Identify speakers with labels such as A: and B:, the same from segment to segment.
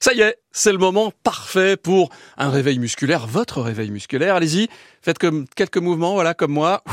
A: Ça y est, c'est le moment parfait pour un réveil musculaire, votre réveil musculaire. Allez-y, faites comme quelques mouvements, voilà, comme moi. Ouh,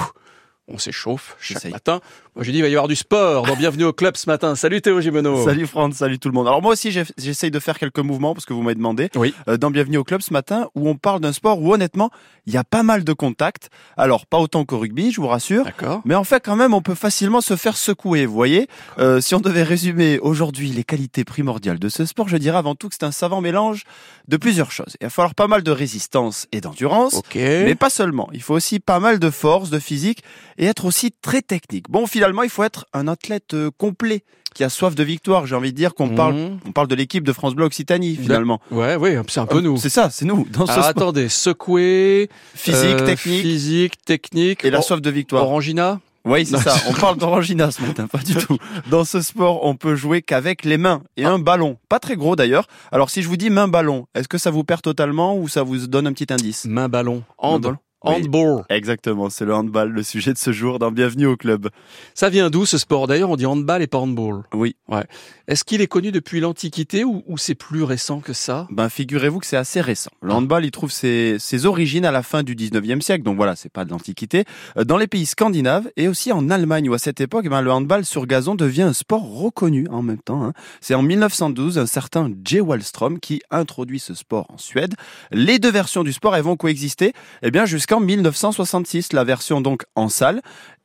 A: On s'échauffe chaque
B: J'essaye.
A: matin. Moi, j'ai dit, il va y avoir du sport. Donc, bienvenue au club ce matin. Salut Théo Gimeno.
B: Salut Franck, salut tout le monde. Alors moi aussi j'ai- j'essaye de faire quelques mouvements parce que vous m'avez demandé
A: Oui.
B: euh, dans Bienvenue au club ce matin où on parle d'un sport où honnêtement il y a pas mal de contacts. Alors pas autant qu'au rugby, je vous rassure.
A: D'accord.
B: Mais en fait quand même on peut facilement se faire secouer, vous voyez. Euh, si on devait résumer aujourd'hui les qualités primordiales de ce sport, je dirais avant tout que c'est un savant mélange de plusieurs choses. Il va falloir pas mal de résistance et d'endurance.
A: Ok.
B: Mais pas seulement, il faut aussi pas mal de force, de physique et être aussi très technique. Bon, finalement, il faut être un athlète euh, complet qui a soif de victoire. J'ai envie de dire qu'on parle,
A: Mmh.
B: on parle de l'équipe de France Bleu Occitanie finalement.
A: Ouais, oui, c'est un peu nous.
B: Ah, C'est ça, c'est nous dans ce
A: Alors,
B: sport.
A: attendez, secouer.
B: physique,
A: euh,
B: technique
A: Physique, technique.
B: et la
A: Or-
B: soif de victoire.
A: Orangina.
B: Oui, c'est
A: Non,
B: ça.
A: c'est-
B: On parle d'orangina ce matin, pas du tout. Dans ce sport, on peut jouer qu'avec les mains et un ballon. Pas très gros d'ailleurs. Alors si je vous dis main ballon, est-ce que ça vous perd totalement ou ça vous donne un petit indice
A: Main ballon. Hand.
B: ballon. Oui.
A: Handball.
B: Exactement, c'est le handball, le sujet de ce jour dans Bienvenue au club.
A: Ça vient d'où ce sport D'ailleurs, on dit handball et pas handball.
B: Oui.
A: Ouais. Est-ce qu'il est connu depuis l'Antiquité ou, ou c'est plus récent que ça
B: Ben, figurez-vous que c'est assez récent. Le handball, il trouve ses, ses origines à la fin du 19e siècle, donc voilà, c'est pas de l'Antiquité, Euh, dans les pays scandinaves et aussi en Allemagne, où à cette époque, eh ben, le handball sur gazon devient un sport reconnu en même temps. hein. C'est en 1912, un certain Jay Wallström qui introduit ce sport en Suède. Les deux versions du sport, elles vont coexister eh bien jusqu'en 1966, la version donc en salle.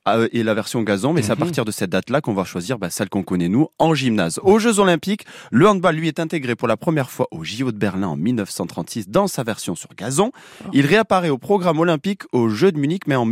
B: euh, Et la version gazon, mais c'est à
A: Mhm.
B: partir de cette date-là qu'on va choisir bah, celle qu'on connaît nous en gymnase. Aux Jeux Olympiques, le handball, lui, est intégré pour la première fois au JO de Berlin en 1936 dans sa version sur gazon.
A: Oh.
B: Il réapparaît au programme olympique aux Jeux de Munich, mais en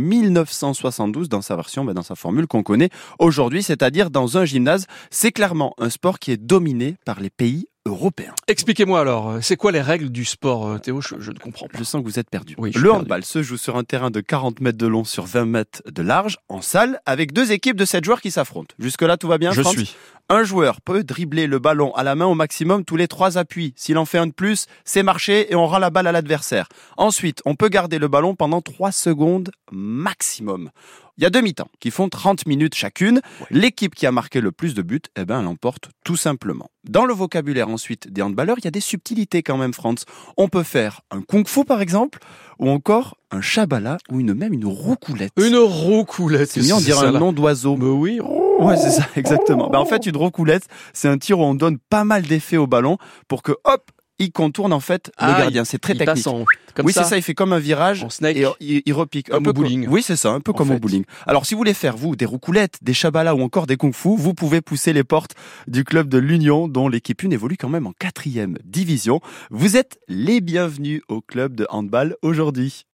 B: 1972 dans sa version, bah, dans sa formule qu'on connaît aujourd'hui, c'est-à-dire dans un gymnase. C'est clairement un sport qui est dominé par les pays européens.
A: Expliquez-moi alors, euh, c'est quoi les règles du sport, euh, Théo je, je ne comprends pas.
B: Je sens que vous êtes perdu.
A: Oui, je suis
B: le
A: perdu.
B: handball se joue sur un terrain de 40 mètres de long sur 20 mètres de large, en salle, avec deux équipes de 7 joueurs qui s'affrontent. Jusque-là, tout va bien
A: je
B: Franck
A: suis.
B: Un joueur peut dribbler le ballon à la main au maximum tous les trois appuis. S'il en fait un de plus, c'est marché et on rend la balle à l'adversaire. Ensuite, on peut garder le ballon pendant trois secondes maximum. Il y a deux mi-temps qui font 30 minutes chacune. L'équipe qui a marqué le plus de buts, eh ben, elle emporte tout simplement. Dans le vocabulaire ensuite des handballeurs, il y a des subtilités quand même, Franz. On peut faire un kung-fu par exemple, ou encore un shabala ou une, même une roucoulette.
A: Une roucoulette.
B: C'est mieux, on
A: c'est
B: dirait
A: ça,
B: un
A: là.
B: nom d'oiseau.
A: Mais oui.
B: Ouais, c'est ça, exactement. Bah, en fait, une roucoulette, c'est un tir où on donne pas mal d'effets au ballon pour que, hop, il contourne en fait
A: Ah,
B: le gardien. C'est très
A: Il
B: technique.
A: passe en- comme
B: oui,
A: ça,
B: c'est ça, il fait comme un virage.
A: en snake.
B: Et euh, il, il repique.
A: Comme
B: un peu
A: au bowling.
B: Oui, c'est ça, un peu
A: En
B: comme au
A: fait.
B: bowling. Alors, si vous voulez faire, vous, des roucoulettes, des chabalas ou encore des kung-fu, vous pouvez pousser les portes du club de l'Union, dont l'équipe une évolue quand même en quatrième division. Vous êtes les bienvenus au club de handball aujourd'hui.